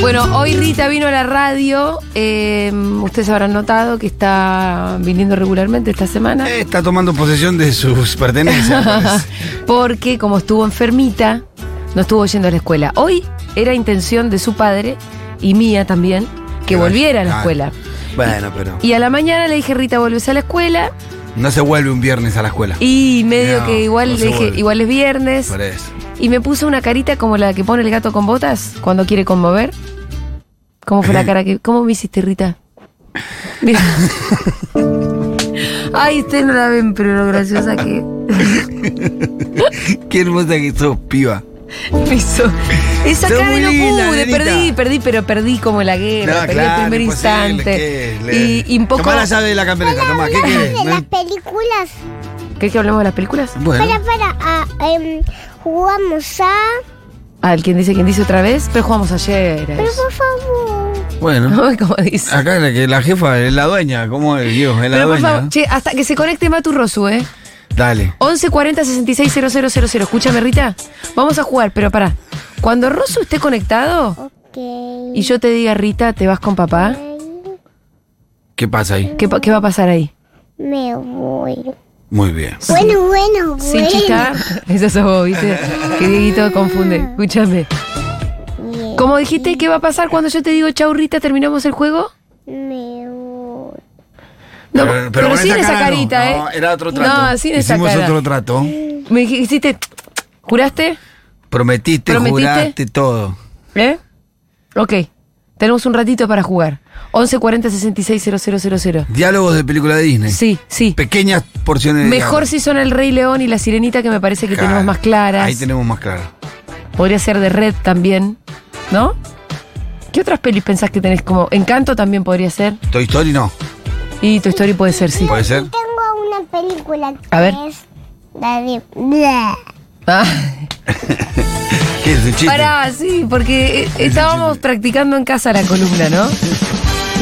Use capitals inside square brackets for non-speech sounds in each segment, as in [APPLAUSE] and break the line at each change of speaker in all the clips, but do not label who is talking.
Bueno, hoy Rita vino a la radio. eh, ustedes habrán notado que está viniendo regularmente esta semana.
Eh, Está tomando posesión de sus pertenencias. parece.
Porque como estuvo enfermita, no estuvo yendo a la escuela. Hoy era intención de su padre y mía también [LAUGHS] que
Que vaya.
volviera a la
Ah.
escuela.
bueno, pero
Y a la mañana le dije, Rita, vuelves a la escuela.
no se vuelve un viernes a la escuela.
Y medio
No,
que igual
no se
le dije,
vuelve.
igual es viernes.
Por eso.
Y me puso una carita como la que pone el gato con botas cuando quiere conmover. ¿Cómo fue la cara que.? ¿Cómo me hiciste,
[LAUGHS]
Rita? Mira. Ay, ustedes no la ven, pero lo graciosa que
Qué hermosa que sos, piba.
me hizo. Esa
Sos
cara
muy
no
linda,
pude,
nenita.
perdí, perdí, pero perdí como Eh, la guerra, perdí el primer
imposible,
instante.
¿qué? Le-
Y, y un poco.
Tomá la llave de la camioneta, tomá. ¿Qué querés?
Ah, de
No-
las películas.
¿Eh?
¿Querés que hablemos de las películas?
Para,
Bueno,
para, ah, em, jugamos a.
Ah, el quien dice, quien dice otra vez, pero jugamos ayer. a
Pero
eso.
por favor.
bueno.
[LAUGHS] Como dice.
Acá la, que la jefa es la dueña. ¿Cómo es, Diego? Es Ah, la
Pero por
dueña.
favor, che, hasta que se conecte Matu Rosu, ¿eh?
Dale.
1140 660000. Escúchame, Rita. Vamos a jugar, pero pará. Cuando Rosu esté conectado
Ok.
y yo te diga, Rita, te vas con papá,
¿Qué pasa ahí?
¿qué, pa- qué va a pasar ahí?
Me voy.
Muy bien.
Bueno, bueno, bueno.
Sin chistar. [LAUGHS] Esa sos vos, ¿viste? Que Dieguito confunde. Escúchame.
Bien.
Como dijiste, ¿qué va a pasar cuando yo te digo, chau, Rita, terminamos el juego?
Me voy.
No, pero, sin esa,
cara no.
carita, ¿eh?
No, era otro trato.
No, sin esa
Hicimos
cara.
otro trato.
Me dij- hiciste. ¿Juraste?
Prometiste,
¿Prometiste?
juraste todo.
¿Eh? Ok. Tenemos un ratito para jugar. 1140 660000.
Diálogos de película de Disney.
Sí, sí.
Pequeñas porciones de
Mejor
diálogo.
si son el Rey León y la Sirenita, que me parece que
Eh, Claro,
tenemos más claras.
Ahí tenemos más claras.
Podría ser de Red también, ¿no? ¿Qué otras pelis pensás que tenés? Como Encanto también podría ser.
Toy Story no.
Y tu historia puede ser, sí.
[LAUGHS] ¿Puede ser?
Tengo una película que
A ver.
es la de. Blah.
Ah,
¿Qué es un chiste?
pará, sí, porque eh, estábamos practicando en casa la columna, ¿no?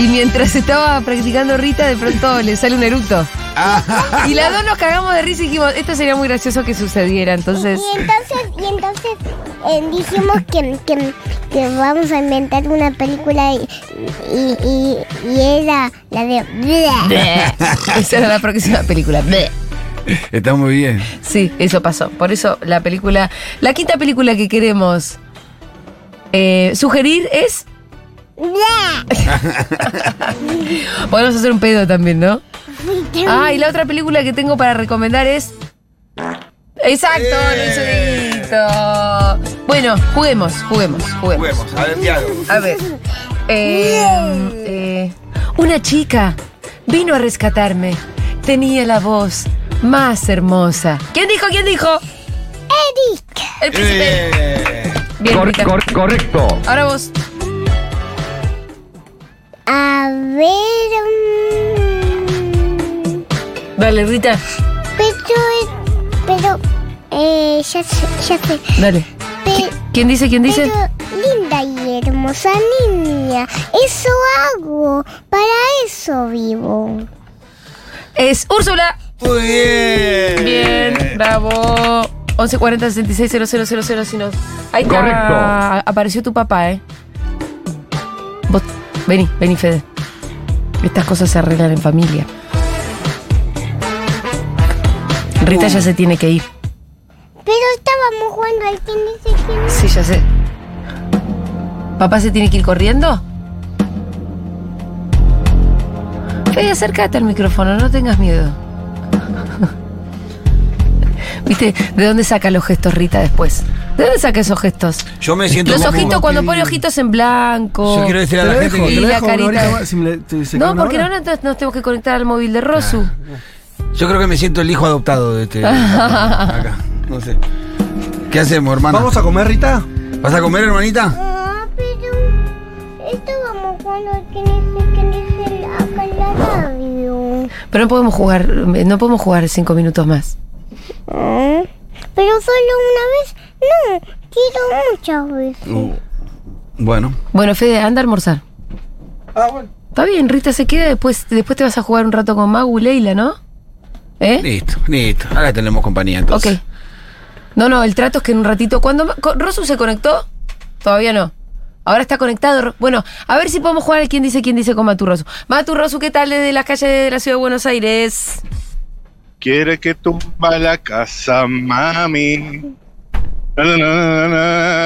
Y mientras estaba practicando Rita, de pronto le sale un eructo.
Ah, [LAUGHS]
Y las dos nos cagamos de risa y dijimos, esto sería muy gracioso que sucediera,
[LAUGHS]
entonces...
Y entonces, y entonces eh, dijimos que, que- que vamos a inventar una película y, y, y- y era la de...
Esa era la próxima película.
está muy bien.
Sí, eso pasó. Por eso la película, la quinta película que queremos eh, sugerir es. Podemos hacer un pedo también, ¿no? Ah, y la otra película que tengo para recomendar es. Exacto,
¡Eh!
Luisito. Bueno, juguemos, juguemos, juguemos.
Juguemos, a ver, diálogo.
A ver. Eh, eh, una chica vino a rescatarme. Tenía la voz más hermosa. ¿Quién dijo? ¿Quién dijo?
Eric.
El príncipe.
Eh,
Bien,
Cor-
Rita.
cor- correcto.
Ahora vos.
A um, ver... mm,
Dale, Rita.
pero... Pero... eh, ya sé, ya sé.
Dale.
Pe-
¿Quién dice? ¿Quién dice?
pero linda y hermosa niña. Eso hago. Para eso vivo.
Es Úrsula.
Muy bien.
Bien, bravo. 1140 66 si nos. Ahí está.
Correcto.
Apareció tu papá, ¿eh? Vos. Vení, vení, Fede. Estas cosas se arreglan en familia. Rita ya se tiene que ir.
Pero estábamos jugando al quien dice quién es.
Sí, ya sé. ¿Papá se tiene que ir corriendo? Fede, acércate al micrófono, no tengas miedo. [LAUGHS] ¿Viste? ¿De dónde saca los gestos Rita después? ¿De dónde saca esos gestos?
Yo me siento
Los
como-
ojitos, cuando pone ojitos en blanco.
Yo quiero decir a la
Te lo
gente
dejo,
que-
te
Y
lo
la
dejo una
carita.
horita, si me le- te- se queda
No,
una
porque
hora.
ahora entonces nos tenemos que conectar al móvil de Rosu.
Yo creo que me siento el hijo adoptado
[LAUGHS]
de este. acá. No sé. ¿Qué hacemos, hermano?
¿Vamos a comer, Rita?
¿Vas a comer, hermanita?
Ah, pero estábamos jugando al quien dice quién es el, acá en la radio.
Pero no podemos jugar, no podemos jugar cinco minutos más.
Ah, Pero solo una vez. No, quiero muchas veces.
Uh, Bueno.
Bueno, Fede, anda a almorzar.
Ah, bueno.
Está bien, Rita se queda, después, después te vas a jugar un rato con Magu, Leila, ¿no? ¿Eh?
Listo, listo. Ahora tenemos compañía
Ok.
entonces.
No, no, el trato es que en un ratito. Cuando Rosu se conectó? Todavía no. Ahora está conectado. Bueno, a ver si podemos jugar al quién dice quién dice con Maturroso. Maturroso, ¿qué tal desde las calles de la ciudad de Buenos Aires?
Quiere que tumba la casa, mami. Na, na, na, na,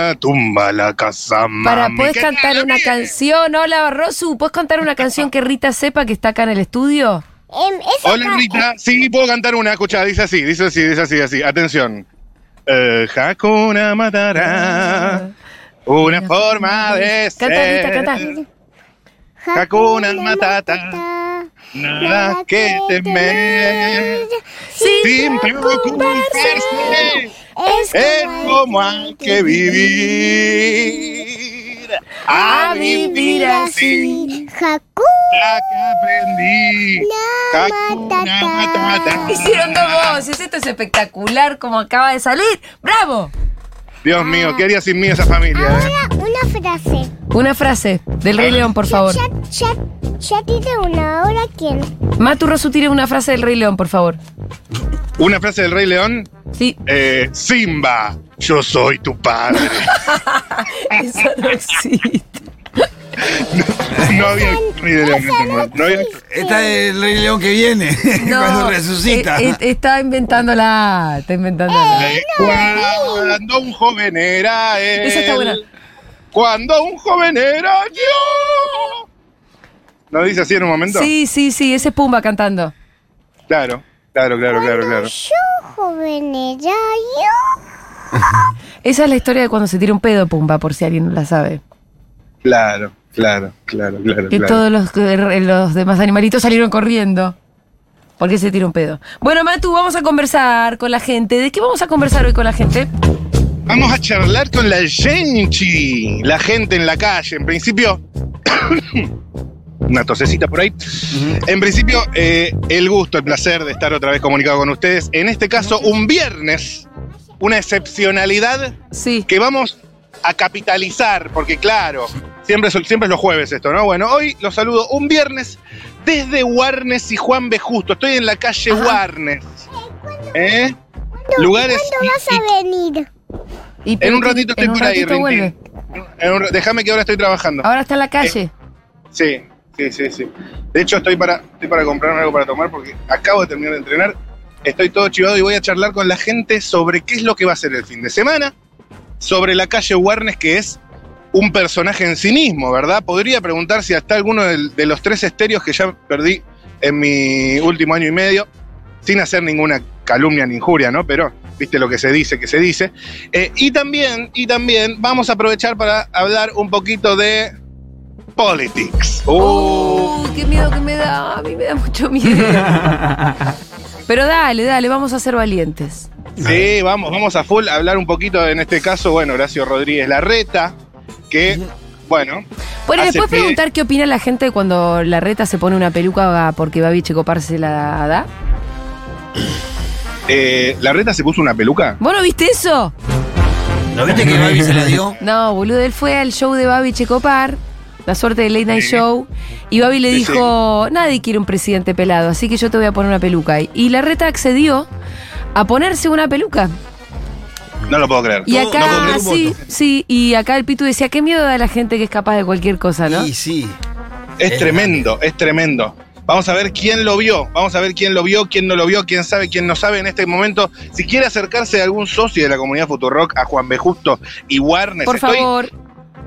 na, tumba la casa, mami.
Para poder
¿Qué
cantar
tal,
una
amigo?
canción. Hola, Rosu, ¿puedes cantar una canción que Rita sepa que está acá en el estudio?
Em, esa
Hola
ca-
Rita, sí, puedo cantar una, escucha, dice así, dice así, dice así, así, atención. Eh, Hakuna matará una forma de ser.
Ah. Canta, Rita, canta.
Hakuna Matata. Nada que temer, sin preocuparse,
Eh.
es como hay que vivir.
A vivir así.
Hakuna.
La que aprendí. Hakuna
[LAUGHS]
Matata.
Matata.
Hicieron dos voces, esto es espectacular como acaba de salir. ¡Bravo!
Dios mío, ¿qué haría sin mí esa familia? eh?
Ahora una frase.
Una frase del Rey León, por favor.
Ya, ya, ya tiene una hora quién.
Matu Rosu tiene una frase del Rey León, por favor.
Una frase del Rey León.
Sí,
eh, Simba, yo soy tu
[LAUGHS]
padre.
eso no existe.
No había Rey León, no, no había-
Esta es el Rey León que viene, [LAUGHS] [LAUGHS] cuando resucita.
eh, eh, está inventándola, está inventándola.
Eh, Cuando un joven era él.
Esa está buena.
Cuando un joven era yo. ¿No dice así en un momento?
Sí, sí, sí, ese es Pumba cantando.
Claro, claro, claro, claro, claro.
Yo, joven, era yo.
Esa es la historia de cuando se tira un pedo Pumba, por si alguien no la sabe.
Claro, claro, claro, claro.
Que
claro.
todos los, eh, los demás animalitos salieron corriendo. Porque se tira un pedo. Bueno, Matu, vamos a conversar con la gente. ¿De qué vamos a conversar hoy con la gente?
Vamos a charlar con la gente, la gente en la calle. En principio, [COUGHS] una tosecita por ahí. En principio, eh, el gusto, el placer de estar otra vez comunicado con ustedes. En este caso, un viernes, una excepcionalidad
Sí.
que vamos a capitalizar, porque claro, siempre, es- siempre es los jueves esto, ¿no? Bueno, hoy los saludo un viernes desde Warnes y Juan B. Justo. Estoy en la calle
Ajá.
Warnes. ¿Eh? Lugares
¿Cuándo vas
y- y-
a venir?
Y
en un
Pintín,
ratito estoy
en un
por ahí,
ratito vuelve.
Rintín. En un ra- Déjame que ahora estoy trabajando.
Ahora está en la calle.
Eh, Sí, sí, sí, sí. De hecho, estoy para, estoy para comprarme algo para tomar porque acabo de terminar de entrenar. Estoy todo chivado y voy a charlar con la gente sobre qué es lo que va a ser el fin de semana, sobre la calle Warnes, que es un personaje en sí mismo, ¿verdad? Podría preguntar si hasta alguno del- de los tres estéreos que ya perdí en mi último año y medio, sin hacer ninguna calumnia ni injuria, ¿no? Pero, viste lo que se dice, que se dice. Eh, y también, y también vamos a aprovechar para hablar un poquito de politics. Uh,
Uy, qué miedo que me da. A mí me da mucho [LAUGHS] miedo. Pero dale, dale, vamos a ser valientes.
sí, vamos, vamos a full a hablar un poquito, en este caso, bueno, Horacio Rodríguez Larreta, que, bueno,
Bueno,
Hace
después
pie.
preguntar qué opina la gente cuando la reta se pone una peluca porque Babi Checopar se la da.
eh, Larreta se puso una peluca.
¿Vos no viste eso?
¿Lo viste que Baby se la dio?
No, boludo, él fue al show de Babi Checopar, la suerte del Late Night
Sí.
Show, y Babi le
Sí,
dijo, nadie quiere un presidente pelado, así que yo te voy a poner una peluca. Y la reta accedió a ponerse una peluca.
No lo puedo creer.
Y
Todo- no
acá,
puedo creer un
sí,
voto.
sí, y acá el Pitu decía, qué miedo da la gente que es capaz de cualquier cosa, Ah, ¿no?
Sí, sí.
Es tremendo, es tremendo. Vamos a ver quién lo vio, vamos a ver quién lo vio, quién no lo vio, quién sabe, quién no sabe en este momento. Si quiere acercarse a algún socio de la comunidad Futurock, a Juan B. Justo y Warnes,
Por
estoy eh,
favor.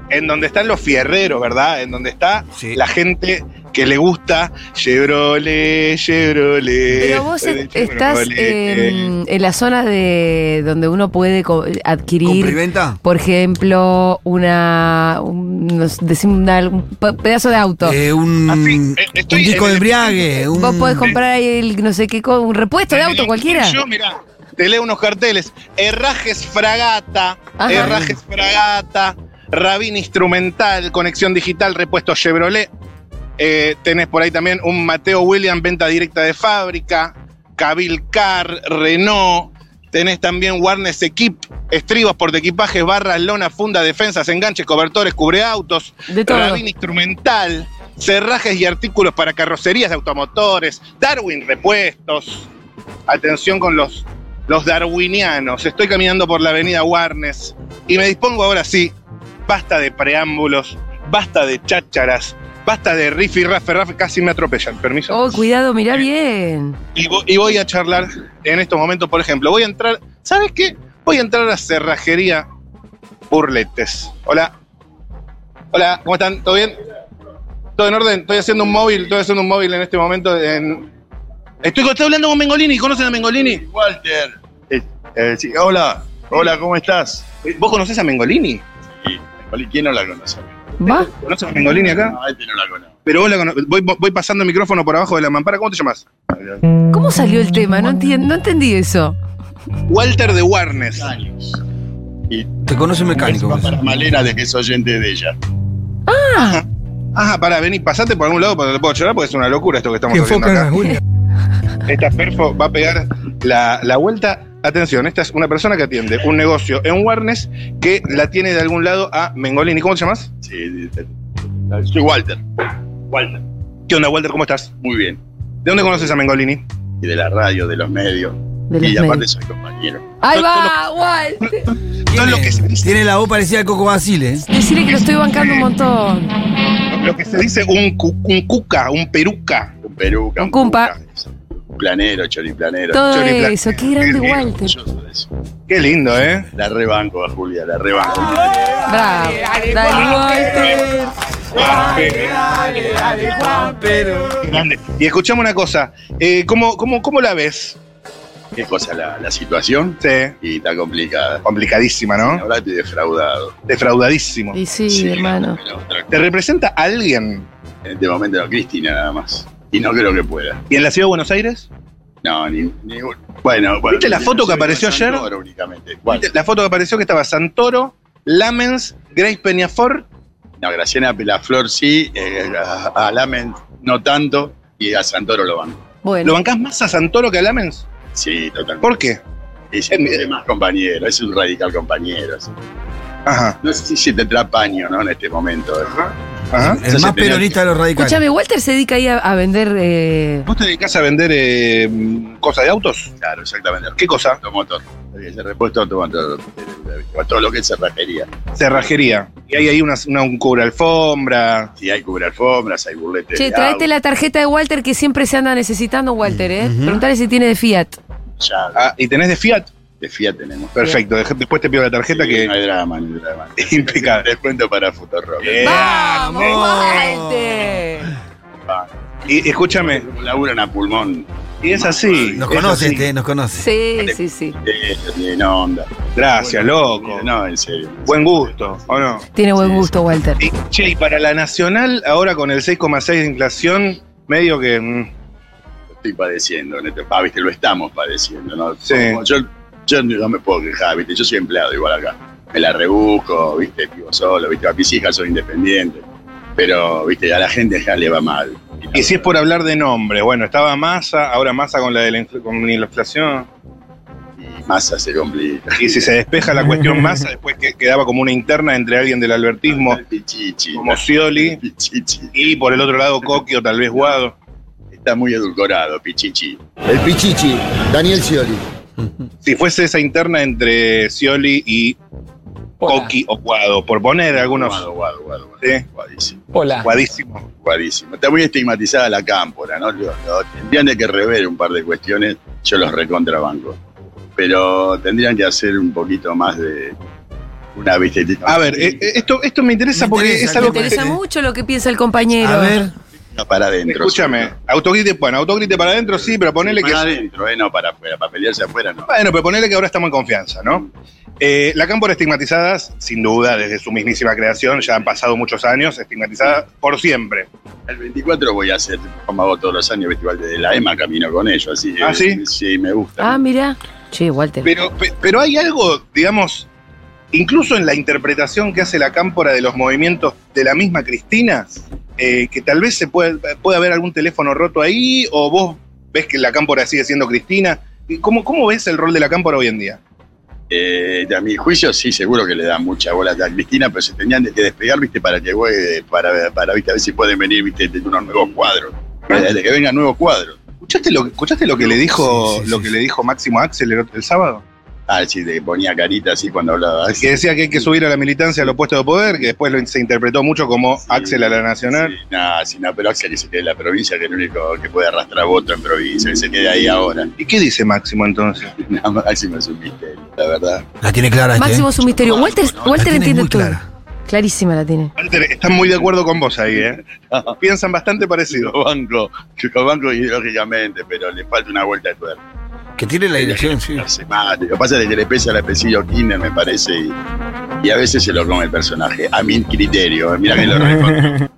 en donde están los fierreros, ¿verdad? En donde está
Sí.
la gente que le gusta Chevrolet, Chevrolet.
Pero vos
soy de
est- estás
Chevrolet.
em, en la zona de donde uno puede co-
¿Compra y
adquirir,
venta?
por ejemplo, una, un, nos decimos una- un pe- pedazo de auto.
Eh, un,
Así, eh,
un
estoy
disco de
en el-
embriague. Un,
Vos podés comprar ahí el no sé qué, co- un repuesto de auto cualquiera.
Yo, mirá, te leo unos carteles. Herrajes Fragata,
Ajá.
Herrajes Fragata, Rabin Instrumental, Conexión Digital, Repuesto Chevrolet. Eh, tenés por ahí también un Mateo William, venta directa de fábrica, Cabil Car, Renault. Tenés también Warnes Equip, estribos, portequipajes, barras, lona, funda, defensas, enganches, cobertores, cubreautos,
De todo.
Rabin Instrumental, cerrajes y artículos para carrocerías de automotores, Darwin Repuestos. Atención con los, los darwinianos. Estoy caminando por la avenida Warnes y me dispongo ahora sí Basta de preámbulos, basta de chácharas, basta de riff y rafe, rafe, casi me atropellan, permiso.
Oh, cuidado, mira bien.
Y, vo- y voy a charlar en estos momentos, por ejemplo, voy a entrar, ¿sabes qué? Voy a entrar a Cerrajería Burletes. Hola. Hola, ¿cómo están? ¿Todo bien? ¿Todo en orden? Estoy haciendo un móvil, estoy haciendo un móvil en este momento en... Estoy, estoy hablando con Mengolini, ¿conocen a Mengolini?
Walter. Eh, eh, sí, hola, hola, ¿cómo estás?
Eh, ¿Vos conocés a Mengolini?
Sí, ¿Quién no la conoce?
¿Va?
¿Conoces a Mengolini acá?
No, este no la conoce.
Pero vos la cono- voy, voy pasando el micrófono por abajo de la mampara, ¿cómo te llamas?
¿Cómo salió el tema? No, entien- no entendí eso.
Walter de Warnes.
Años.
Te conoce un mecánico.
Va
pues.
para Malena, de que es oyente de ella.
Ah.
Ajá, pará, vení, pasate por algún lado porque te puedo llorar porque es una locura esto que estamos haciendo acá.
Julia.
Esta perfo va a pegar la, la vuelta. Atención, esta es una persona que atiende un negocio en Warnes que la tiene de algún lado a Mengolini. ¿Cómo te llamas?
Sí, sí, sí. soy Walter. Walter.
¿Qué onda, Walter? ¿Cómo estás?
Muy bien.
¿De dónde conoces a Mengolini?
Y de la radio, de los medios.
De los
y aparte
medios.
soy compañero.
Ahí va, Walter.
Son lo que se dice,
Tiene la voz parecida a Coco Basile. ¿eh?
Decirle que lo estoy bancando un montón.
lo que se dice un, cu- un cuca, un peruca.
Un peruca.
Un cumpa.
cuca, Un planero, choriplanero.
Todo
Johnny Black.
eso, qué grande
Qué
Walter.
Orgulloso de eso.
Qué lindo, ¿eh?
La rebanco a Julia, la rebanco.
Bravo. Dale, Walter.
Qué grande. Y escuchame una cosa. eh, ¿cómo, cómo, ¿Cómo la ves?
Qué cosa la, la situación.
Sí.
Y está complicada.
Complicadísima, ¿no?
Ahora estoy defraudado.
Defraudadísimo.
Y sí, hermano.
pero otra-
¿Te representa alguien?
En este momento no, Cristina nada más. Y no creo que pueda.
¿Y en la ciudad de Buenos Aires?
No, ni, ni- Bueno, bueno.
¿Viste la foto que
se ve
apareció
con
ayer?
Santoro únicamente. ¿Cuál?
¿Viste? La foto que apareció que estaba Santoro, Lamens, Grace Peñafor.
No, Graciana Pelaflor sí, eh, a, a Lament no tanto, y a Santoro lo van.
¿Lo
Bueno,
bancás más a Santoro que a Lamens?
Sí, totalmente.
¿Por qué?
Es un más compañero, es un radical compañero. sí.
Ajá,
No sé si te trapaño, ¿no? En este momento. eh.
ajá.
Eso
El
se
más
tenía
peronista de los radicales.
escúchame, Walter se dedica ahí a, a vender. eh,
¿Vos te dedicás a vender eh, mm, cosas de autos?
Claro, exactamente.
¿Qué cosa?
Automotor. Se repuesto automotor. eh, Todo lo que es cerrajería.
Cerrajería. Y hay ahí unas- una, un cubre alfombra.
Y hay cubre alfombras, hay burletes.
Che,
de
traete
agua,
la tarjeta de Walter que siempre se anda necesitando, Walter, ¿eh?
Ujú.
Preguntale si tiene de Fiat.
llaves.
Ah, y tenés de Fiat.
De Fiat tenemos.
Perfecto. dej- Después te pido la tarjeta
Sí,
que.
No hay drama, no hay drama.
[LAUGHS] Impecable. Eh,
Descuento para Futurock.
Bien.
¡Vamos,
¡Vamos!
Walter!
Y, escúchame,
Laburan a pulmón.
y es así.
Nos
es
conoce,
así.
este, nos conoce.
Sí, sí, sí.
Eh, Tiene onda.
Gracias, loco.
No, en serio.
Buen gusto, ¿o no?
Tiene buen
Sí,
gusto, Walter.
Y, che, y para la nacional, ahora con el 6,6 de inflación, medio que. mm,
Lo estoy padeciendo. en este- Ah, viste, lo estamos padeciendo, ¿no?
Sí.
Como Yo, yo no me puedo quejar, viste. Yo soy empleado igual acá. Me la rebusco, viste, vivo solo, viste. A mis hijas son independientes. Pero, viste, a la gente ya le va mal.
Y si es por hablar de nombres, bueno, estaba Massa, ahora Massa con la de la, infl- con la inflación.
Y Massa se complica.
Y si se despeja la cuestión Massa, después que quedaba como una interna entre alguien del albertismo,
El Pichichi.
como
¿no?
Scioli,
Pichichi.
y por el otro lado Coqui o tal vez Guado.
Está muy edulcorado, Pichichi.
El Pichichi, Daniel Scioli.
Si fuese esa interna entre Scioli y Coqui o Guado, por poner algunos
Guado, guado, guado, guado.
Sí.
Guadísimo.
guadísimos.
Guadísimo. Está muy estigmatizada la cámpora, ¿no? Lo- lo- tendrían que rever un par de cuestiones, yo los recontrabanco. Pero tendrían que hacer un poquito más de una vistetita.
A ver, eh, eh, esto, esto me interesa
Me
porque
interesa,
es
Me
algo que.
interesa mucho lo que piensa el compañero.
A ver,
para adentro.
Escúchame, autogrite, bueno, autogrite para adentro, sí, pero ponele que.
Para adentro, eh, no para afuera. Para pelearse afuera, no.
Bueno, pero ponele que ahora estamos en confianza, ¿no? Eh, la cámpora estigmatizada, sin duda, desde su mismísima creación, ya han pasado muchos años, estigmatizada por siempre.
El 24 voy a hacer, como hago todos los años, festival de la EMA, camino con ellos. Así que,
¿Ah, sí?
Sí, me gusta.
Ah, mira. Che, Walter.
Pero, pe- pero hay algo, digamos, incluso en la interpretación que hace la cámpora de los movimientos de la misma Cristina, eh, que tal vez se puede, puede haber algún teléfono roto ahí, o vos ves que la cámpora sigue siendo Cristina. ¿Y ¿Cómo, cómo ves el rol de la cámpora hoy en día?
Eh, a mi juicio, sí, seguro que le dan mucha bola a Cristina, pero se tenían que despegar, viste, para que juegue, para, para viste, a ver si pueden venir, viste, de unos nuevos cuadros.
¿Ah?
Desde que vengan nuevos cuadros.
¿Escuchaste lo, escuchaste lo que le dijo
Sí, sí,
lo
sí,
que
sí.
le dijo Máximo Axel el, el sábado?
Ah, sí, te ponía carita así cuando hablaba.
Que decía que hay que subir a la militancia al opuesto de poder, que después lo- se interpretó mucho como
Sí,
Axel a la Nacional.
Sí, no, sí, no, pero Axel que se quede en la provincia, que es el único que puede arrastrar voto en provincia, que se quede ahí ahora. [LAUGHS]
¿Y qué dice Máximo entonces?
No, Máximo es un misterio, la verdad.
La tiene clara. este,
Máximo
¿eh?
es un misterio. Walter,
La
La
Walter
tiene
entiende
muy
todo.
clara.
Clarísima la tiene.
Walter, están muy de acuerdo con vos ahí,
[LAUGHS]
¿eh? Piensan bastante parecido.
Lo banco, lo banco ideológicamente, pero le falta una vuelta de tuerca.
Que tiene la dirección, sí.
No sé, más. Lo que pasa es que le pesa el apellido Kirchner, me parece, y, y a veces se lo come el personaje. A mi criterio, mira que lo reconozco.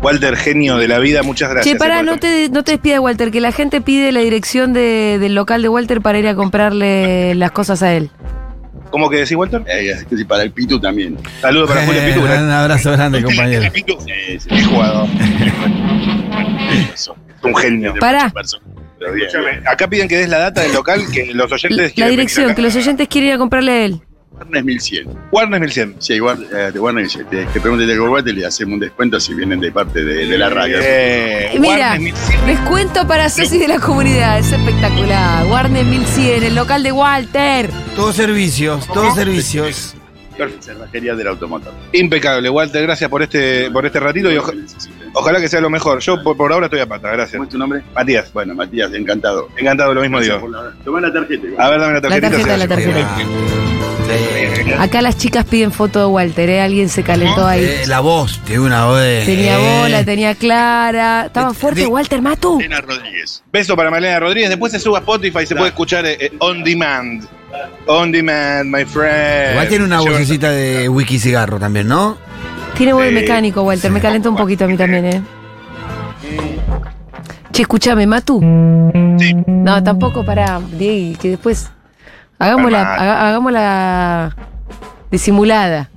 Walter, genio de la vida, muchas gracias.
che, pará,
eh, por
no te, no te despidas, Walter, que la gente pide la dirección de- del local de Walter para ir a comprarle las cosas a él.
todo. ¿Cómo que decís, Walter?
Eh, es que sí, para el Pitu también.
Saludos para Julio
Eh,
Pitura.
un abrazo grande, compañero.
Pitu,
Sí, sí,
qué jugador.
eso.
Un genio.
Pará.
Pero bien, bien.
Escúchame, Acá piden que des la data del local que los oyentes quieren
La
venir
dirección,
acá.
que los oyentes quieren ir a comprarle a él.
Warner es 1100.
Warner 1100.
Sí, igual, eh, Warner es 1100. Te, te pregunté de Walter y le hacemos un descuento si vienen de parte de, de la radio.
Eh,
Mira,
Warner 1100.
descuento para socios de la comunidad. Es espectacular. Warner 1100, el local de Walter.
Todos servicios, todos servicios.
Perfecto. Cerrajería del automotor.
Impecable, Walter, gracias por este, por este ratito y oja- ojalá que sea lo mejor. Yo por, por ahora estoy a pata, gracias.
¿Cómo es tu nombre?
Matías,
Bueno, Matías, encantado.
encantado, lo mismo digo.
Toma la tarjeta. igual.
A ver, dame
La
la tarjetita.
tarjeta, la
Sebastián.
tarjeta.
Sí.
Acá las chicas piden foto de Walter, ¿eh? Alguien se calentó ahí.
Eh, la voz, tiene una voz de.
Tenía
eh.
bola, tenía clara. Estaba fuerte,
de-
Walter Matu.
Elena Rodríguez.
Beso para Malena Rodríguez. Después se suba a Spotify y se puede escuchar eh, eh, on demand. On demand, my friend.
Igual tiene una
Yo-
vocecita de wiki cigarro también, ¿no?
Tiene buen
Sí.
mecánico, Walter. Me calenta un poquito a mí también, ¿eh? Che, escúchame, Matu.
Sí.
No, tampoco para Diego, que después. Hagámosla,
Calmate.
haga- hagámosla disimulada.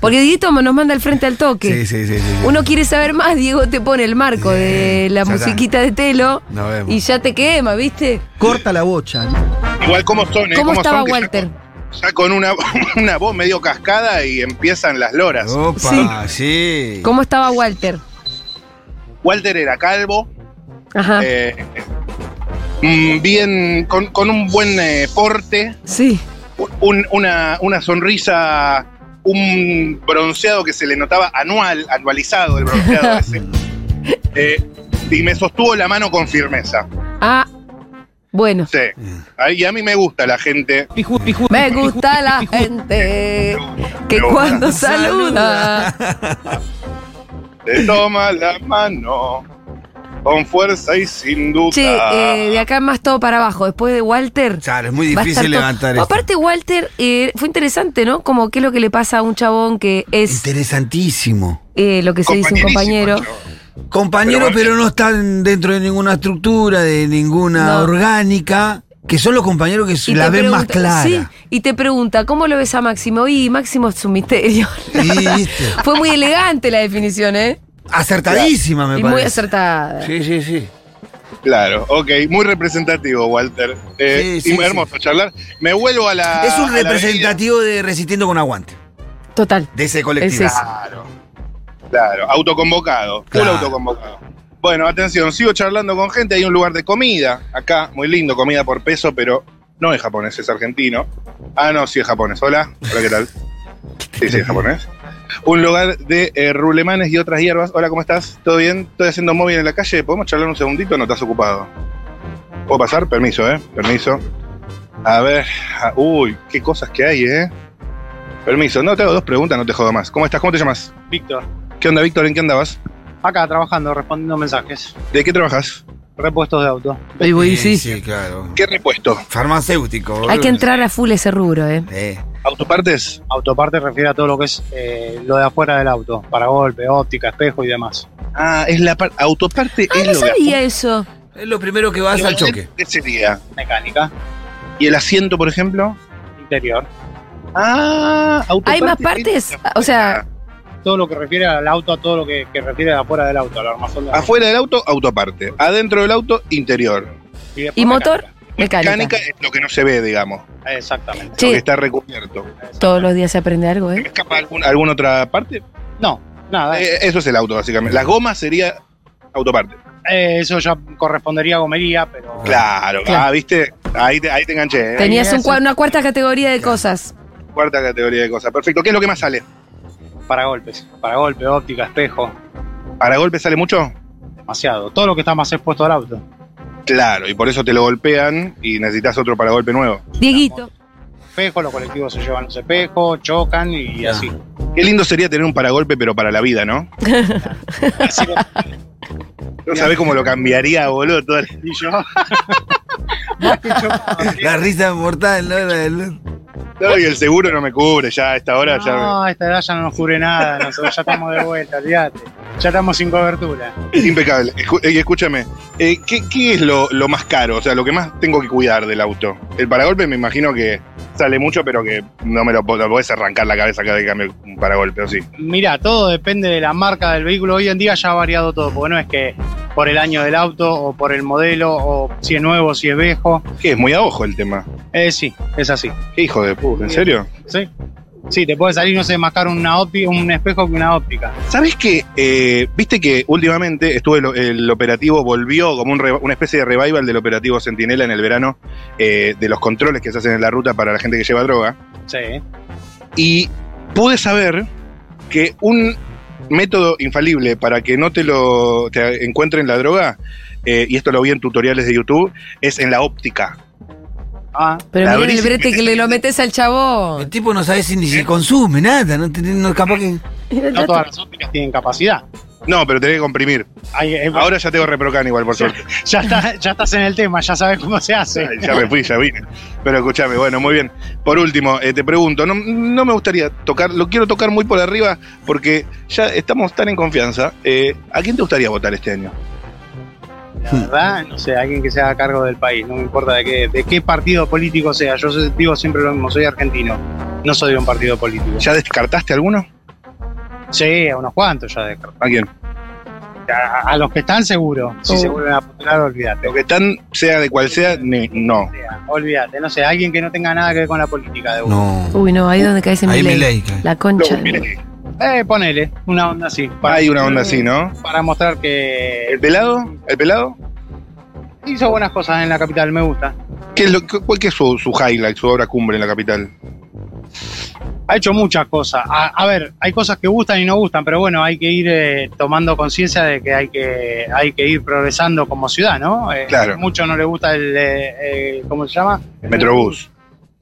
Porque Dieguito nos manda al frente al toque.
Sí, sí, sí. sí, sí.
Uno quiere saber más, Diego te pone el marco
Sí,
de la
ya está.
musiquita de Telo
Nos vemos.
y ya te quema, ¿viste?
Corta la bocha.
Igual como son, ¿eh?
¿Cómo
Cómo
estaba
son, que ya-
Walter?
Ya, con una, [LAUGHS] una voz medio cascada y empiezan las loras.
Oh. Opa, [LAUGHS] sí.
¿Cómo estaba Walter?
Walter era calvo,
Ajá.
eh, mm, bien, con, con un buen eh, porte,
sí.
un- una, una sonrisa, un bronceado que se le notaba anual, anualizado
[LAUGHS]
el bronceado ese. Eh, y me sostuvo la mano con firmeza.
Ah, bueno.
Sí. Ay, Y a mí me gusta la gente.
Me gusta
[LAUGHS]
la gente que
Me gusta.
cuando saluda.
Te toma la mano con fuerza y sin duda.
Che, eh, de acá más todo para abajo. Después de Walter.
Claro, es muy
va a estar
difícil
todo-
levantar esto.
Aparte, Walter, eh, fue interesante, ¿no? Como qué es lo que le pasa a un chabón que es
Interesantísimo.
eh, lo que se dice un compañero.
Compañerísimo, yo.
Compañero,
Pero-
pero, no están dentro de ninguna estructura, de ninguna
No.
orgánica, que son los compañeros que
Y
la
te
ven más
pregunta-
clara.
Sí, y te pregunta, ¿cómo lo ves a Máximo? Y Máximo es un misterio. [LAUGHS]
Sí, ¿viste?
Fue muy elegante la definición, ¿eh?
Acertadísima,
[LAUGHS]
me
y
parece.
muy acertada.
Sí, sí, sí.
Claro, ok, muy representativo, Walter. Eh,
Sí, sí,
y muy hermoso charlar. Me vuelvo a Ah, la.
es un
a la
representativo de Resistiendo con Aguante,
Total.
de ese
Es
colectivo.
eso.
avenida. Claro, autoconvocado, full
Claro.
autoconvocado. Bueno, atención, sigo charlando con gente. Hay un lugar de comida acá, muy lindo, comida por peso, pero no es japonés, es argentino. Ah, no, sí es japonés. Hola, hola, ¿qué tal? Sí, sí es japonés. Un lugar de eh, rulemanes y otras hierbas. Hola, ¿cómo estás? ¿Todo bien? Estoy haciendo móvil en la calle. ¿Podemos charlar un segundito? No estás ocupado. ¿Puedo pasar? Permiso, ¿eh? Permiso. A ver. ah, Uy, qué cosas que hay, ¿eh? Permiso. No, te hago dos preguntas, no te jodo más. ¿Cómo estás? ¿Cómo te llamas?
Víctor,
¿Qué onda, Víctor? ¿En qué andabas?
acá trabajando, respondiendo mensajes,
¿De qué trabajas?
repuestos de auto.
Ahí voy, sí.
sí, claro.
¿Qué repuesto?
Farmacéutico.
Hay
boludo.
que entrar a full ese rubro, ¿eh?
Eh,
¿Autopartes?
Autoparte refiere a todo lo que es eh, lo de afuera del auto, para golpe, óptica, espejo y demás.
Ah, es la parte. Autoparte
Ah,
es
no
lo de
sabía eso.
es lo primero que vas al choque.
¿Qué sería?
Mecánica,
¿Y el asiento, por ejemplo?
interior,
Ah, autoparte.
¿Hay más partes? O sea,
todo lo que refiere al auto, a todo lo que, que refiere a afuera del auto, al armazón del auto.
Afuera del auto, autoparte. Adentro del auto, interior.
después
¿Y motor?
mecánica.
mecánica.
Mecánica es lo que no se ve, digamos.
Exactamente.
Lo que
Che,
está recubierto.
todos los días se aprende algo,
¿Se
¿eh?
me escapa alguna, alguna otra parte?
No, nada,
Eh, eso es el auto, básicamente. Las gomas sería autoparte.
Ah.
eh, eso ya correspondería a gomería, pero
Claro.
Claro.
Ah, ¿viste? Ahí te, ahí te enganché. ¿eh?
Tenías
Ahí
un
es
cua- una cuarta categoría de cosas.
Cuarta categoría de cosas. Perfecto. ¿Qué es lo que más sale?
Para golpes, para golpe, óptica, espejo,
¿Para golpe sale mucho?
demasiado. Todo lo que está más expuesto al auto.
Claro, y por eso te lo golpean y necesitas otro para golpe nuevo.
Dieguito.
Espejo, los colectivos se llevan los espejos, chocan y
Ya.
así.
Qué lindo sería tener un paragolpe, pero para la vida, ¿no? No sabés cómo lo cambiaría, boludo. todo el-
Y yo,
La risa mortal, ¿no? La del-
No, y el seguro no me cubre ya a esta hora. Ya
no, a esta edad ya no nos cubre nada, nosotros ya estamos de vuelta, olvídate. Ya estamos sin cobertura.
Impecable. Escu- eh, escúchame, eh, ¿qué, qué es lo, lo más caro? O sea, lo que más tengo que cuidar del auto. El paragolpe me imagino que sale mucho, pero que no me lo, po- lo podés arrancar la cabeza cada vez que cambio un paragolpe, ¿o sí?
Mirá, todo depende de la marca del vehículo. Hoy en día ya ha variado todo, porque no es que por el año del auto o por el modelo o si es nuevo, si es viejo.
Que es muy a ojo el tema.
Eh, sí, es así.
Qué hijo de puta, ¿en serio?
Sí. Sí, te puede salir, no sé, más caro una ópti- un espejo que una óptica.
¿Sabés que, eh, viste que últimamente estuvo el, el operativo, volvió como un re- una especie de revival del operativo Centinela en el verano, eh, de los controles que se hacen en la ruta para la gente que lleva droga?
Sí.
y pude saber que un método infalible para que no te lo te encuentren la droga, eh, y esto lo vi en tutoriales de YouTube, es en la óptica.
Ah,
Pero
La
miren el
durísima.
brete que le lo metes al
El
chabón.
tipo no sabe si ni si consume nada, no, tiene- no capaz que.
no todas las ópticas tienen capacidad.
No, pero tenés que comprimir.
Ahí, eh,
Ahora ya tengo reprocan igual, por suerte.
ya, está- ya estás en el tema, ya sabes cómo se hace.
Ay, Ya me fui, ya vine. Pero escúchame, bueno, muy bien. Por último, eh, te pregunto, no, no me gustaría tocar, lo quiero tocar muy por arriba porque ya estamos tan en confianza. Eh, ¿A quién te gustaría votar este año?
La verdad, no sé, alguien que se haga cargo del país, no me importa de qué, de qué partido político sea. Yo se- digo siempre lo mismo, soy argentino, no soy de un partido político.
¿Ya descartaste alguno?
Sí, a unos cuantos ya de
¿A quién?
a, a los que están seguros, si
Oh.
se vuelven a postular, olvídate.
Lo que tan sea de cual sea, ni- no.
Sea, Olvídate, no sé, alguien que no tenga nada que ver con la política de uno.
No.
Uy, no, ahí es donde cae ese
Ahí
Milei.
Milei cae.
La concha.
No, mire,
Eh, ponele, una onda así. Para,
Hay una onda así, ¿no?
para mostrar que
¿El pelado? ¿El pelado?
hizo buenas cosas en la capital, me gusta.
¿Qué es lo- cu- ¿Cuál que es su, su highlight, su obra cumbre en la capital?
Ha hecho muchas cosas. A, a ver, hay cosas que gustan y no gustan, pero bueno, hay que ir eh, tomando conciencia de que hay que hay que ir progresando como ciudad, ¿no? Eh,
Claro.
Mucho no le gusta el, eh, eh, ¿cómo se llama?
El Metrobús.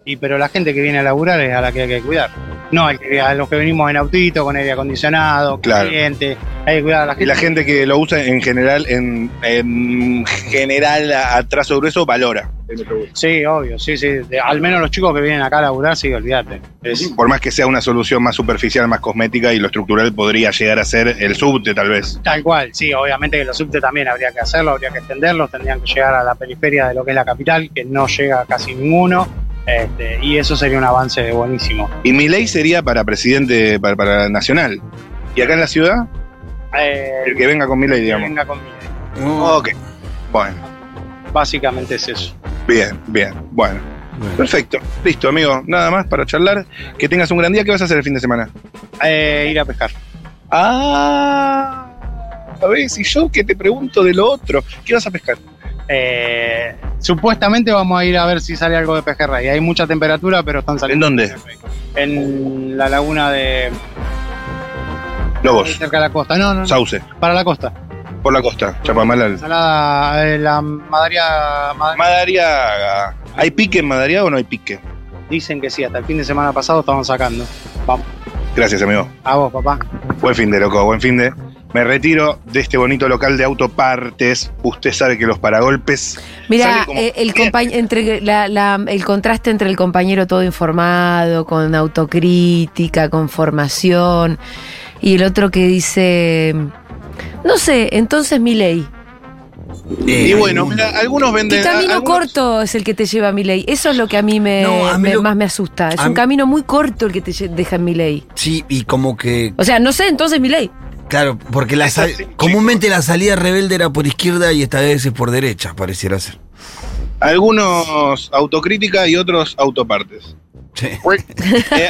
Y pero la gente que viene a laburar es a la que hay que cuidar. No, hay que, a los que venimos en autito, con aire acondicionado,
Claro.
caliente, hay que cuidar a la
Y
gente.
la gente que lo usa en general, en, en general a, a trazo grueso, valora el Metrobús.
Sí, obvio, sí, sí. De- al menos los chicos que vienen acá a laburar, sí, olvídate. Es-
Por más que sea una solución más superficial, más cosmética y lo estructural podría llegar a ser el subte, tal vez.
Tal cual, sí, obviamente que los subte también habría que hacerlo, habría que extenderlos, tendrían que llegar a la periferia de lo que es la capital, que no llega casi ninguno, este, y eso sería un avance buenísimo.
Y mi ley sería para presidente, para, para nacional. Y acá en la ciudad,
Eh,
el que venga con mi ley,
que
digamos.
venga conmigo.
Ok. Bueno,
Básicamente es eso.
bien, bien, bueno.
Bueno.
Perfecto, listo amigo, nada más para charlar. Que tengas un gran día, ¿qué vas a hacer el fin de semana?
Eh, ir a pescar.
Ah, a ver, si yo que te pregunto de lo otro, ¿qué vas a pescar?
Eh, supuestamente vamos a ir a ver si sale algo de pejerrey. Hay mucha temperatura, pero están saliendo.
¿En dónde?
pejerrey. En la laguna de
Lobos,
cerca de la costa. No, no, no,
sauce,
para la costa.
por la costa, Chapamalal.
Salada, eh, la Madariaga- Madariaga-
Madariaga, ¿hay pique en Madariaga o no hay pique?
Dicen que sí, hasta el fin de semana pasado estaban sacando. Vamos,
Gracias amigo,
a vos, papá.
buen fin de loco, buen fin de. Me retiro de este bonito local de autopartes. Usted sabe que los paragolpes.
Mira,
sale como-
eh, el, compañ- entre la- la- el contraste entre el compañero todo informado, con autocrítica, con formación, y el otro que dice, no sé, entonces mi ley.
Eh,
Y bueno, mira, algunos
¿Qué
venden.
camino
algunos-
corto es el que te lleva a mi ley? Eso es lo que a mí, me,
No, a mí
me-
lo-
más me asusta. Es
a
un
mí-
camino muy corto el que te lle- deja en mi ley.
Sí, y como que.
O sea, no sé, entonces mi ley.
Claro, porque la sal- comúnmente la salida rebelde era por izquierda y esta vez es por derecha, pareciera ser.
Algunos autocrítica y otros autopartes. [LAUGHS]
Sí.
Eh,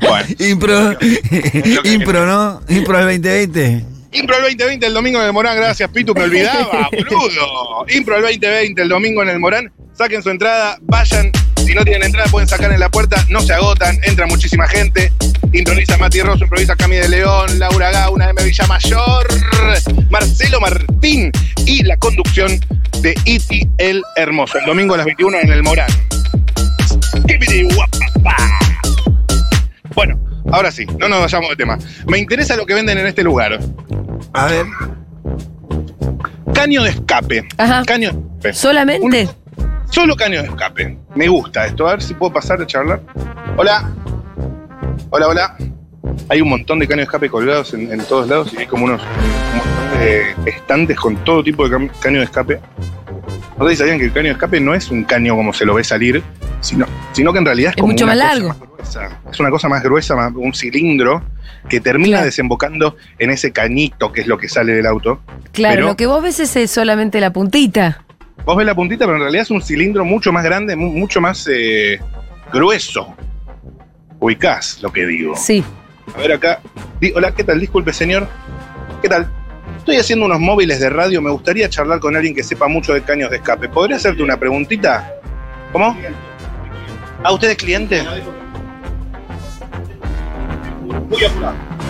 bueno,
Impro,
lo que-
[LAUGHS] impro, ¿no? Impro al 2020.
Impro el 2020 el domingo en el Morán, gracias Pitu, me olvidaba, boludo. Impro el 2020 el domingo en el Morán, saquen su entrada, vayan, si no tienen entrada pueden sacar en la puerta, no se agotan, entra muchísima gente. Improvisa Mati Rosso, improvisa Cami de León, Laura Gauna, M. Villamayor, Marcelo Martín y la conducción de Iti el Hermoso, el domingo a las 21 en el Morán. Skibidi guapapa. Bueno, ahora sí, no nos vayamos de tema. Me interesa lo que venden en este lugar.
A ver.
Caño de escape.
Ajá.
Caño de escape.
Solamente.
Solo caño de escape. Me gusta esto. A ver si puedo pasar a charlar. Hola. Hola, hola. Hay un montón de caños de escape colgados en, en todos lados y hay como unos un montón de estantes con todo tipo de cam- caño de escape. No sé si sabían que el caño de escape no es un caño como se lo ve salir, sino, sino que en realidad es,
Es
como
mucho
una
más
cosa
largo.
gruesa. Es una cosa más gruesa, más- un cilindro que termina
Claro.
desembocando en ese cañito que es lo que sale del auto.
Claro,
Pero-
lo que vos ves es eh, solamente la puntita.
Vos ves la puntita, pero en realidad es un cilindro mucho más grande, mu- mucho más eh, grueso. Ubicás lo que digo.
Sí.
A ver acá. Di- Hola, ¿qué tal? Disculpe, señor. ¿Qué tal? Estoy haciendo unos móviles de radio. Me gustaría charlar con alguien que sepa mucho de caños de escape. ¿Podría hacerte una preguntita? ¿Cómo? ¿A usted es cliente?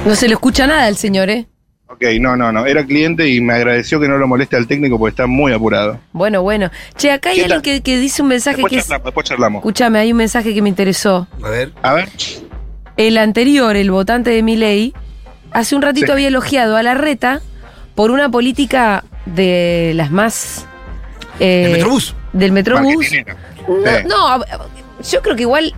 No se lo escucha nada al señor, ¿eh?
Ok, no, no, no. Era cliente y me agradeció que no lo moleste al técnico porque está muy apurado.
Bueno, bueno. Che, acá hay
¿Qué
alguien
tal?
que, que dice un mensaje
Después
que es.
charlamos, después charlamos.
Escúchame, hay un mensaje que me interesó.
A ver.
A ver.
El anterior, el votante de Milei, hace un ratito
Sí.
había elogiado a la reta por una política de las más. eh,
El Metrobús.
Del Metrobús.
Marketinera.
No,
eh.
Sí.
no, a- a- yo creo que igual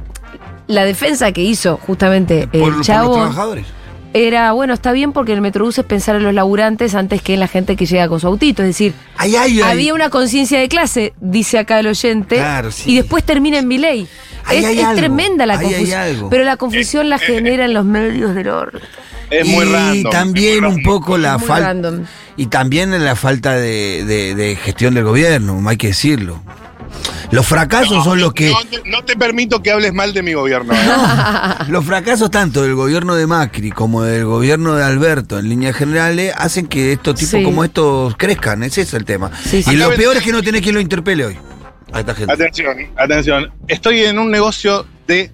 la defensa que hizo justamente
Por, por
eh, el
los
chavo
trabajadores.
era, bueno, está bien porque el Metrobús es pensar en los laburantes antes que en la gente que llega con su autito. Es decir,
Ay, ay, ay.
había una conciencia de clase, dice acá el oyente,
Claro, sí.
y después termina en Milei.
Ahí
Es,
hay
es
algo,
tremenda la
ahí hay
confusión.
algo.
Pero la confusión la generan los medios del orden.
Es muy
y
random. es
también
muy
un
random.
poco la
Muy
falta
random.
y también la falta de, de- de gestión del gobierno, hay que decirlo. Los fracasos son los que
No, te- no te permito que hables mal de mi gobierno. ¿eh?
los fracasos tanto del gobierno de Macri como del gobierno de Alberto en líneas generales hacen que estos tipos
Sí.
como estos crezcan, ese es el tema.
Sí, sí.
Y lo
Acá
peor es que no tenés quien lo interpele hoy. A esta gente.
atención, atención. Estoy en un negocio de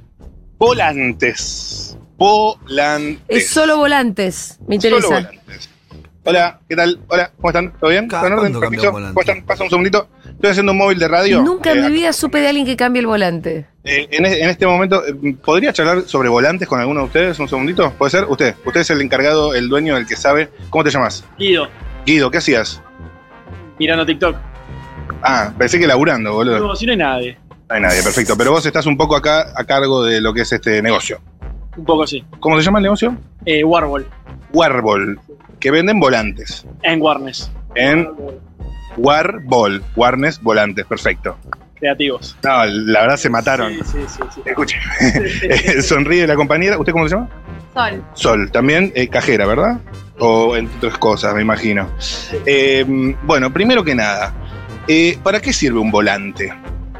volantes. Volantes.
Es solo volantes, me
Solo
interesa.
volantes. Hola, ¿qué tal? Hola, ¿cómo están? ¿Todo bien?
Cada
¿Todo en orden?
cuándo
¿Permiso?
cambiamos volante.
¿Cómo están? Pasa un segundito. Estoy haciendo un móvil de radio.
Nunca en
Eh,
mi vida supe de alguien que cambie el volante.
eh, en, e- en este momento, eh, ¿podría charlar sobre volantes con alguno de ustedes? ¿Un segundito? ¿Puede ser? Usted. Usted es el encargado, el dueño, el que sabe. ¿Cómo te llamas?
Guido,
Guido, ¿qué hacías?
mirando TikTok.
Ah, pensé que laburando, boludo.
No, si no hay nadie.
No hay nadie, perfecto. Pero vos estás un poco acá a cargo de lo que es este negocio.
Un poco así.
¿Cómo se llama el negocio?
Eh, Warhol,
Warball, que venden volantes.
en Warnes.
En Warball, Warnes volantes, perfecto.
Creativos.
No, la verdad se mataron.
Sí, sí, sí. sí. [LAUGHS]
Escuche, [LAUGHS] sonríe la compañera. ¿Usted cómo se llama?
Sol.
Sol, también eh, cajera, ¿verdad? O entre otras cosas, me imagino. Eh, bueno, primero que nada, eh, ¿para qué sirve un volante?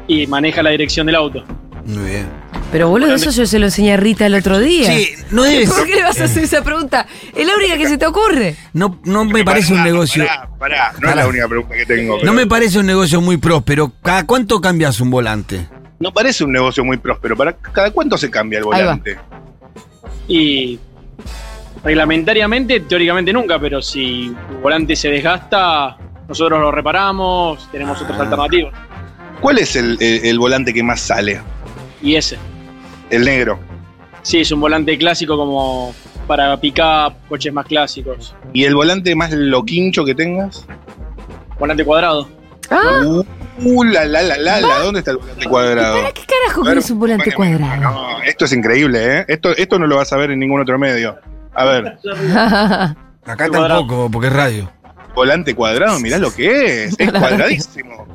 Y maneja la dirección del auto.
Muy bien.
Pero boludo, eso yo se lo enseñé a Rita el otro día.
Sí, no debe
¿Por
ser-
qué le vas a hacer esa pregunta? Es la única que se te ocurre.
no, no me parece un
Pará,
negocio.
Pará, pará, no es
Pará.
la única pregunta que tengo.
No
pero-
me parece un negocio muy próspero. ¿Cada cuánto cambias un volante?
no parece un negocio muy próspero. ¿Para cada cuánto se cambia el
Ahí va.
volante?
Y reglamentariamente, teóricamente nunca, pero si tu volante se desgasta, nosotros lo reparamos, tenemos otras alternativas.
¿Cuál es el, el- el volante que más sale?
Y ese.
El negro.
Sí, es un volante clásico como para pick-up, coches más clásicos.
¿Y el volante más loquincho que tengas?
Volante cuadrado.
Ah,
Uh, uh, la, la, la, la, la. ¿Dónde está el volante cuadrado?
¿para qué carajo
A ver,
querés un volante
acompáñame.
cuadrado?
No, esto es increíble, ¿eh? Esto, esto no lo vas a ver en ningún otro medio. A ver,
[LAUGHS]
Acá
Cuadrado.
tampoco, porque es radio.
volante cuadrado, mirá lo que es.
[LAUGHS]
Es cuadradísimo.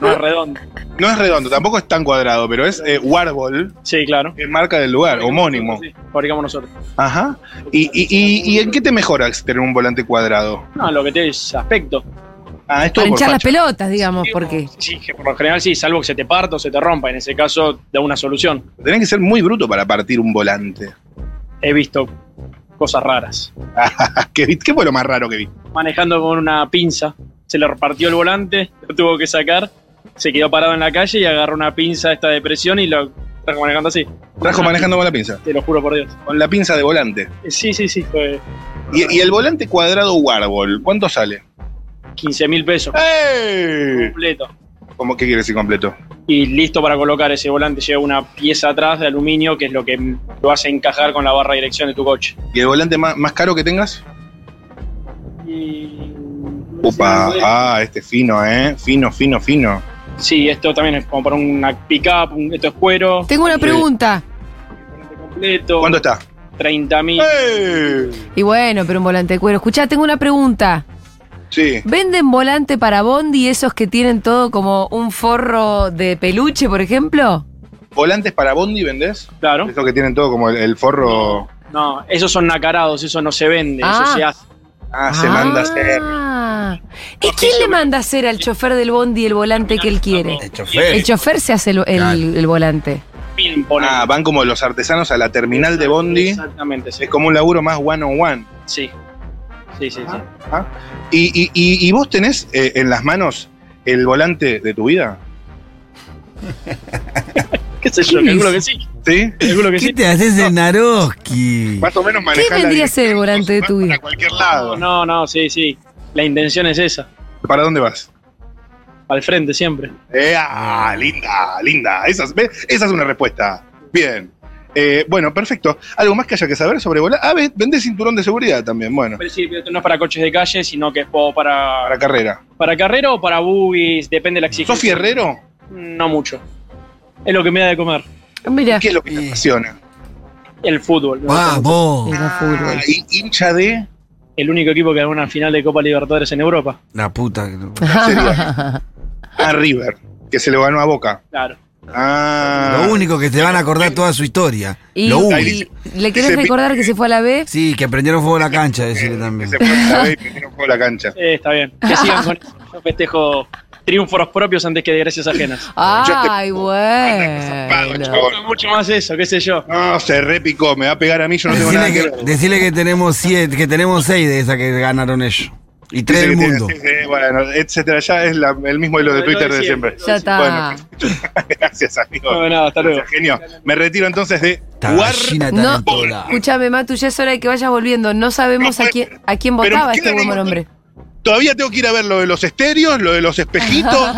No es redondo.
No es redondo, tampoco es tan cuadrado, pero es eh, Warbol,
Sí, claro.
que es marca del lugar, homónimo.
Sí, fabricamos nosotros.
Ajá. ¿Y, y, y, y en qué te mejoras tener un volante cuadrado?
No, lo que te es aspecto.
Ah, esto
Para hinchar las pelotas, digamos, porque.
Sí, que por lo general sí, salvo que se te parta o se te rompa. En ese caso, da una solución.
Tenés que ser muy bruto para partir un volante.
He visto
cosas raras.
Ah, ¿Qué, vi- ¿Qué fue lo más raro que vi?
Manejando con una pinza, se le repartió el volante, lo tuvo que sacar, se quedó parado en la calle y agarró una pinza esta depresión y lo trajo manejando así.
Trajo manejando con la pinza.
Te lo juro por Dios. Eh,
Con la pinza de volante.
Sí, sí, sí, fue
Y, y el volante cuadrado Warhol, ¿cuánto sale?
15 mil pesos
¡Ey!
completo.
¿Cómo qué quiere decir completo?
Y listo para colocar ese volante, lleva una pieza atrás de aluminio que es lo que lo hace encajar con la barra de dirección de tu coche.
¿Y el volante más, más caro que tengas?
Y-
Upa, ah, este fino, ¿eh? Fino, fino, fino.
Sí, esto también es como para una pickup, un- esto es cuero.
Tengo una
Sí.
pregunta.
completo.
¿Cuánto está?
30 mil.
¡Ey!
Y bueno, pero un volante de cuero. Escuchá, tengo una pregunta.
Sí.
¿Venden volante para Bondi esos que tienen todo como un forro de peluche, por ejemplo?
¿Volantes para Bondi vendés?
Claro.
Esos que tienen todo como el, el forro.
No, esos son nacarados, eso no se vende,
Ah.
eso se hace.
Ah, se manda a hacer.
Ah. ¿Y quién le manda a hacer al chofer del Bondi el volante que él quiere?
El chofer.
El chofer se hace el, el-
Claro.
el volante.
Pin, pone.
Ah, van como los artesanos a la terminal de Bondi.
Exactamente, sí.
Es como un laburo más one on one.
Sí, sí, sí. sí.
¿Y, y, y, y vos tenés eh, en las manos el volante de tu vida?
¿Qué sé yo?
¿Qué
Calculo
dice?
que sí.
¿Sí?
Calculo que
¿Qué
sí.
te haces de Naroski?
Más o menos
¿Qué
manejás la
vendría a ser el
dirección,
volante de
vas
tu vida?
Para cualquier lado.
No, no, sí, sí. La intención es esa.
¿Para dónde vas?
Al frente siempre.
Eh, ah, linda, linda. Esa, es- ve, esa es una respuesta. Bien. Eh, bueno, perfecto. ¿Algo más que haya que saber sobre volar? Ah, ve- vendés cinturón de seguridad también. Bueno,
Pero sí, pero esto no es para coches de calle, sino que es po-
para
para,
carrera.
para carrera o para buggies, depende de la exigencia.
¿Sos fierrero?
No mucho. Es lo que me da de comer.
Mira,
¿Qué es lo que te
Sí.
apasiona?
El fútbol. Me gusta mucho.
Vamos.
Era fútbol.
Ah, ¿y hincha de.
El único equipo que ganó una final de Copa Libertadores en Europa.
La puta. que lo- [LAUGHS]
sería? A River, que se lo ganó a Boca.
Claro.
Ah.
Lo único que te van a acordar toda su historia.
Y,
Lo único.
y- ¿Le querés
Se pi-
recordar que se fue a la B?
Sí, que prendieron fuego a la cancha, decirle
que
también.
se fue a la B y metieron fuego a la cancha.
Eh, está bien. Que sigan con eso. Yo festejo triunfos propios antes que desgracias ajenas.
Ah. Ay,
Anda, que
bueno.
zapado,
Me gusta mucho más eso, qué sé yo.
No, se repicó, me va a pegar a mí,
[LAUGHS]
yo no tengo nada
Decirle
que,
que,
ver.
decirle que tenemos siete, que tenemos seis de esas que ganaron ellos. Y tres
Dice
del
que
mundo.
tiene- sí, sí, bueno, etcétera, ya es la- el mismo hilo de
Lo
Twitter
de
de siempre.
siempre.
Ya está.
Bueno, [LAUGHS] gracias, amigo.
No, de nada, hasta luego.
Gracias, genio. Me retiro entonces de
Está
War-
China
No,
tarantola.
escúchame, Matu, ya es hora de que vayas volviendo. No sabemos a quién, a quién
Pero
votaba
queda
este buen
ningún-
hombre.
Todavía tengo que ir a ver lo de los estéreos, lo de los
[LAUGHS]
espejitos.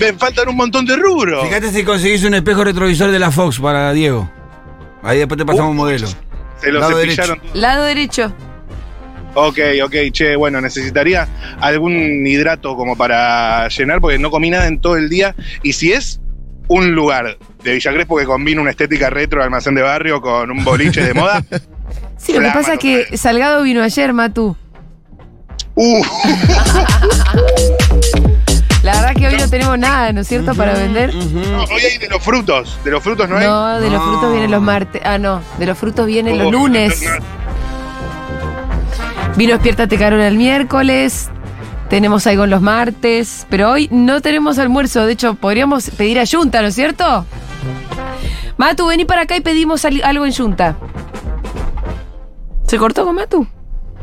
me, me faltan un montón de rubros.
Fíjate si conseguís un espejo retrovisor de la Fox para Diego. Ahí después te pasamos un modelo.
Se los
lado
cepillaron todo.
Lado derecho.
Ok, ok, che, bueno, necesitaría algún hidrato como para llenar, porque no comí nada en todo el día. Y si es un lugar de Villa Crespo que combina una estética retro de almacén de barrio con un boliche de
[LAUGHS]
moda,
Sí, lo que
Claro,
pasa es que Salgado vino ayer, Matu.
uh,
La verdad que hoy no tenemos nada, ¿no es cierto?, para vender.
no, hoy hay de los frutos, de los frutos no hay.
No, de los
No.
frutos vienen los martes. Ah, no, de los frutos vienen los
Oh,
lunes.
no,
Vino Despiértate Carola el miércoles. Tenemos algo en los martes. Pero hoy no tenemos almuerzo. De hecho, podríamos pedir a Junta, ¿no es cierto? Matu, vení para acá y pedimos al- algo en Junta. ¿Se cortó con Matu?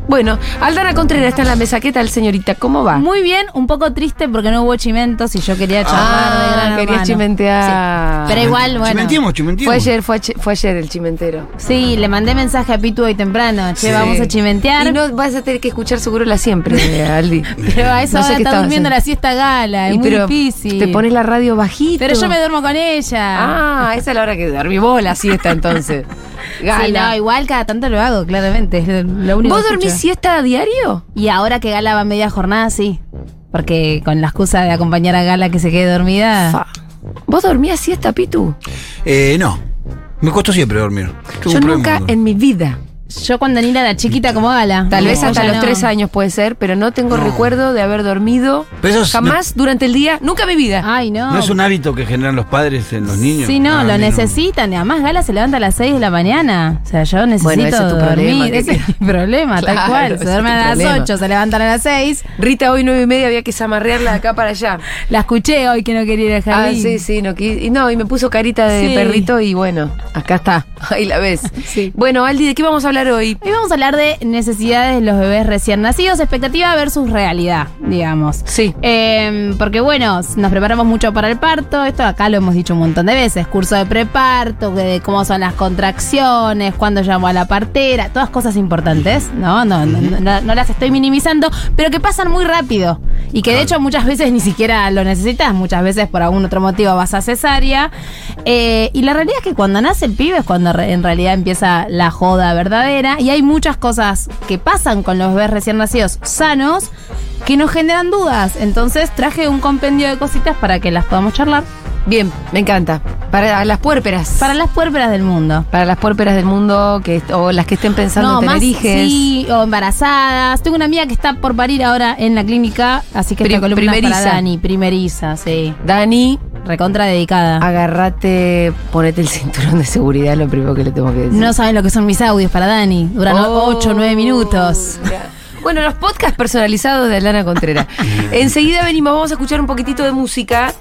Bueno, Aldana Contreras está en la mesa. ¿Qué tal, señorita? ¿Cómo va?
Muy bien, un poco triste porque no hubo chimentos y yo quería charlar de
Ah,
Gran
querías
Hermano.
chimentear.
Pero igual, bueno.
Chimentimos,
Fue
chimentimos.
ayer, fue, ayer- fue ayer el chimentero.
Sí, le mandé mensaje a Pitu hoy temprano. Che,
Sí.
vamos a chimentear.
Y no vas a tener que escuchar seguro la siempre,
[LAUGHS]
eh, Aldi.
pero a esa
No sé
hora
qué
está
estabas haciendo.
durmiendo la siesta gala. Es
Y
muy
pero
difícil.
Te pones la radio bajita.
Pero yo me duermo con ella.
Ah, esa es la hora que dormí vos la siesta entonces. Gala.
[LAUGHS] Sí, no, igual cada tanto lo hago, claramente. Es lo- lo único
¿Vos
que
dormís
escucho.
siesta a diario?
Y ahora que Gala va a media jornada, sí. Porque con la excusa de acompañar a Gala que se quede dormida.
Fa. ¿Vos dormías siesta, Pitu?
Eh, no. Me costó siempre dormir. Tuve
Yo
un problema
nunca
con-
en mi vida.
Yo cuando Nila era chiquita como Gala.
Tal
No,
vez hasta
ya
los
no.
tres años puede ser, pero no tengo
No.
recuerdo de haber dormido
Pero eso es-
jamás durante el día, nunca en mi vida.
Ay, no.
¿No es un hábito que generan los padres en los niños?
Sí, no,
Ah,
lo
a mí
necesitan. Y Además, Gala se levanta a las 6 de la mañana. O sea, yo necesito
ese es tu
dormir.
problema, que
ese
te-
es mi [LAUGHS] problema,
Claro,
tal cual.
ese
Se
es
duermen
tu
a las
problema.
8, se levantan a las 6.
Rita, hoy nueve y media había que zamarrearla de acá para allá.
La escuché hoy que no quería ir al
Ah,
jardín.
sí, sí, no, qui- y no, y me puso carita de
Sí.
perrito y bueno, acá está, [LAUGHS] ahí la ves.
Sí.
Bueno, Aldi, ¿de qué vamos a hablar? hablar hoy?
Hoy vamos a hablar de necesidades de los bebés recién nacidos, expectativa versus realidad, digamos.
Sí.
Eh, porque bueno, nos preparamos mucho para el parto, esto acá lo hemos dicho un montón de veces, curso de preparto, de cómo son las contracciones, cuándo llamo a la partera, todas cosas importantes, ¿no? No, no, no- no las estoy minimizando, pero que pasan muy rápido y que de hecho muchas veces ni siquiera lo necesitas, muchas veces por algún otro motivo vas a cesárea. Eh, y la realidad es que cuando nace el pibe es cuando re- en realidad empieza la joda verdadera y hay muchas cosas que pasan con los bebés recién nacidos sanos que nos generan dudas. Entonces traje un compendio de cositas para que las podamos charlar.
Bien, me encanta. Para las puérperas.
Para las puérperas del mundo.
Para las puérperas del mundo que, est- o las que estén pensando en tener hijes.
sí, o embarazadas. Tengo una amiga que está por parir ahora en la clínica, así que
Pri-
esta columna es
primeriza.
para Dani, primeriza, sí.
Dani,
Recontra dedicada.
agarrate, ponete el cinturón de seguridad, lo primero que le tengo que decir. Oh,
No saben lo que son mis audios para Dani. Duran 8 o 9 minutos.
Bueno, los podcasts personalizados de Alana Contreras. Enseguida venimos, vamos a escuchar un poquitito de música.